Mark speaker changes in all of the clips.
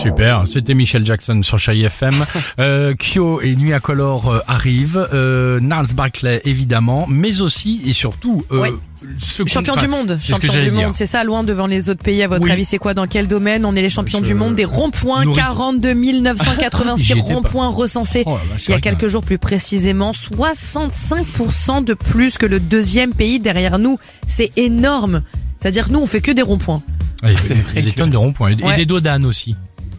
Speaker 1: Super, c'était Michel Jackson sur Chérie FM. Euh, Kyo et Nuit à Color euh, arrivent. Euh, Nars Barclay évidemment, mais aussi et surtout euh,
Speaker 2: Oui.
Speaker 1: ce qu'on-
Speaker 2: Champion
Speaker 1: enfin,
Speaker 2: du monde,
Speaker 1: c'est ce que
Speaker 2: champion
Speaker 1: j'allais
Speaker 2: du
Speaker 1: dire.
Speaker 2: monde, c'est ça, loin devant les autres pays. À votre
Speaker 1: Oui. Euh,
Speaker 2: avis, c'est quoi Dans quel domaine On est les champions
Speaker 1: Je-
Speaker 2: du monde des ronds-points,
Speaker 1: Nourriture.
Speaker 2: 42 986
Speaker 1: J'y étais pas.
Speaker 2: ronds-points recensés.
Speaker 1: Oh la vache, c'est
Speaker 2: Il y a
Speaker 1: vrai que-
Speaker 2: quelques jours plus précisément, 65% de plus que le deuxième pays derrière nous. C'est énorme. C'est-à-dire que nous, on fait que des ronds-points.
Speaker 1: Ouais, Ah, il y a des- des tonnes de ronds-points et, et
Speaker 2: Ouais.
Speaker 1: des dodanes aussi.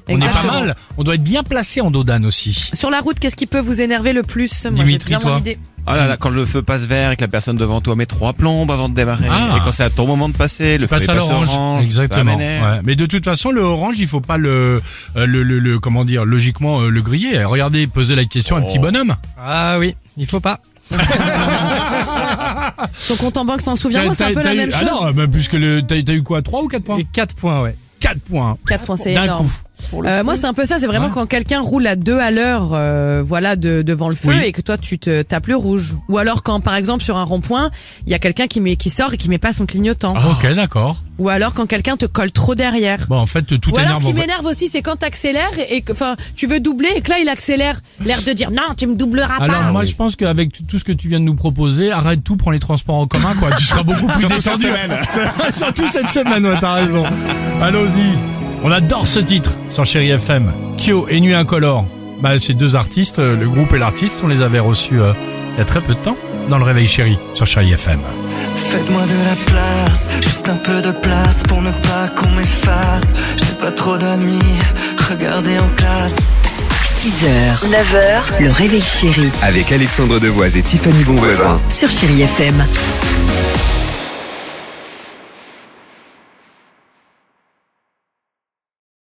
Speaker 1: On est pas
Speaker 2: Exactement.
Speaker 1: mal. On doit être bien placé en dodane aussi.
Speaker 2: Sur la route, qu'est-ce qui peut vous énerver le plus Moi, j'ai
Speaker 1: Dimitri,
Speaker 2: bien mon
Speaker 1: toi
Speaker 2: idée.
Speaker 3: Ah là là, quand le feu passe vert et que la personne devant toi met trois plombes avant de démarrer,
Speaker 1: Ah.
Speaker 3: et quand c'est à ton moment de passer, le feu
Speaker 1: Passe
Speaker 3: est
Speaker 1: à
Speaker 3: passé
Speaker 1: l'orange.
Speaker 3: orange, ça
Speaker 1: Exactement.
Speaker 3: m'énerve.
Speaker 1: Ouais. Mais de toute façon, le orange, il faut pas le, euh, le, le, le- comment dire, logiquement euh, le griller. Regardez, poser la question à un
Speaker 3: Oh.
Speaker 1: petit bonhomme. Ah oui, il faut pas.
Speaker 2: Son compte en banque s'en souvient, moi, c'est un peu la même
Speaker 1: ah
Speaker 2: chose.
Speaker 1: non, mais puisque le, t'as, t'as eu quoi 3 ou 4 points 4 points, ouais. 4 points.
Speaker 2: 4 points, c'est
Speaker 1: D'un
Speaker 2: énorme.
Speaker 1: coup.
Speaker 2: Euh, moi, c'est un peu ça. C'est vraiment
Speaker 1: Ouais.
Speaker 2: quand quelqu'un roule à deux à l'heure, euh, voilà, de, devant le feu,
Speaker 1: Oui.
Speaker 2: et que toi, tu te tapes le rouge. Ou alors quand, par exemple, sur un rond-point, il y a quelqu'un qui met, qui sort et qui met pas son clignotant.
Speaker 1: Ah, Ok, d'accord.
Speaker 2: Ou alors quand quelqu'un te colle trop derrière.
Speaker 1: Bon, en fait, tout
Speaker 2: Ou
Speaker 1: est
Speaker 2: alors, ce
Speaker 1: énerve.
Speaker 2: qui
Speaker 1: en fait.
Speaker 2: m'énerve aussi, c'est quand t'accélères et que, enfin, tu veux doubler et que là, il accélère. L'air de dire, non, tu me doubleras
Speaker 1: Alors,
Speaker 2: pas.
Speaker 1: moi, je pense qu'avec tout- tout ce que tu viens de nous proposer, arrête tout, prends les transports en commun, quoi. Tu seras beaucoup plus
Speaker 3: Surtout cette
Speaker 1: détendu.
Speaker 3: semaine.
Speaker 1: Surtout cette semaine, ouais, t'as raison. Allons-y. On adore ce titre sur Chéri FM. Kyo et Nuit Incolore. Bah, ces deux artistes, euh, le groupe et l'artiste, on les avait reçus euh, il y a très peu de temps dans le Réveil Chéri sur Chéri FM.
Speaker 4: Faites-moi de la place, juste un peu de place pour ne pas qu'on m'efface. J'ai pas trop d'amis, regardez en classe.
Speaker 5: 6h, 9h, le réveil chéri
Speaker 6: Avec Alexandre Devoise et Tiffany Bonvoisin.
Speaker 5: sur Chéri FM.